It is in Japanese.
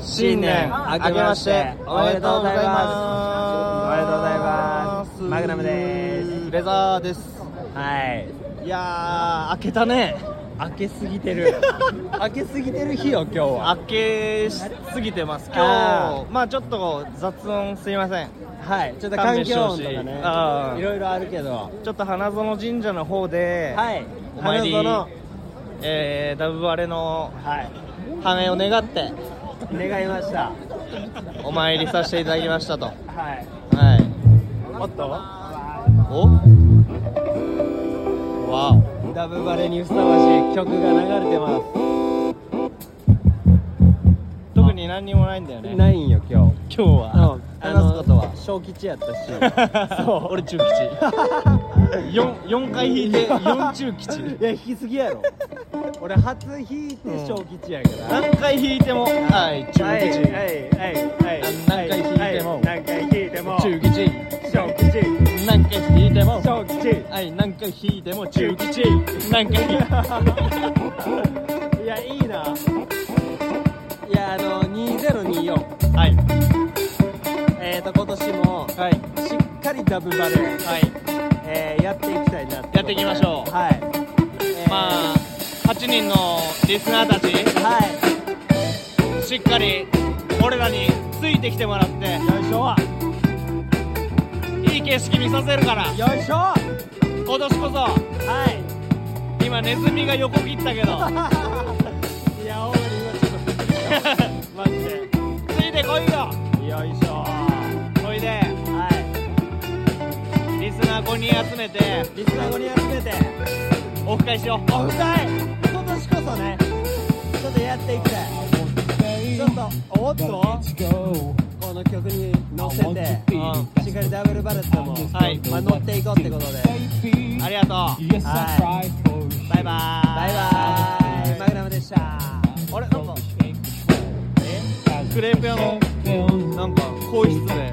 新年明けましておめでとうございますおめでとうございますマグナムですフレザーですはいいやー明けたね開けすぎ てる開けすぎてる日よ今日は明けしすぎてます今あ日まあちょっと雑音すいませんはいちょっと環境音とか勘弁してほしねいあーいろいろあるけどちょっと花園神社の方で、はいお参り花園えー、ダブバレのはい羽を願って願いましたお参りさせていただきましたとはいはいおっとおわおダブバレにふさわしい曲が流れてます特に何にもないんだよねないんよ今日今日は話すことは小吉やった しそう俺中吉 4, 四回 引いて4中吉 いや引きすぎやろ俺初引いて小吉やから、何回引いてもはい中はい吉はいはいはい何回引いても何回引いても中吉小吉何回引いても小吉はい何回引いても中吉何回 引いていやいいないやあの2024はいえーと今年もはいしっかりダブバレを、はいえーやっていきたいなってことでやっていきましょうはい、えーまあ8人のリスナーたちはしっかり俺らについてきてもらっていよいしょいい景色見させるからよいしょは今年こそ今ネズミが横切ったけどいいや大森今ちょっとびっくりした マジでついてこいよよいしょほいではリスナー5人集めていリスナー5人集めてオフ会しようオフ会今年こそねちょっとやっていきたいちょっとおっとこの曲に乗せてしっかりダブルバレットも、はいまあ、乗っていこうってことでありがとうバイバーイバイバーイマグナムでしたあれなんか クレープ屋のなんか更衣室で